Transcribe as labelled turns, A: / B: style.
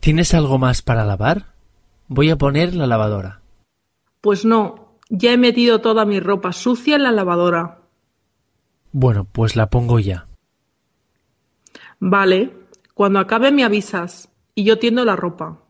A: ¿Tienes algo más para lavar? Voy a poner la lavadora.
B: Pues no, ya he metido toda mi ropa sucia en la lavadora.
A: Bueno, pues la pongo ya.
B: Vale, cuando acabe me avisas y yo tiendo la ropa.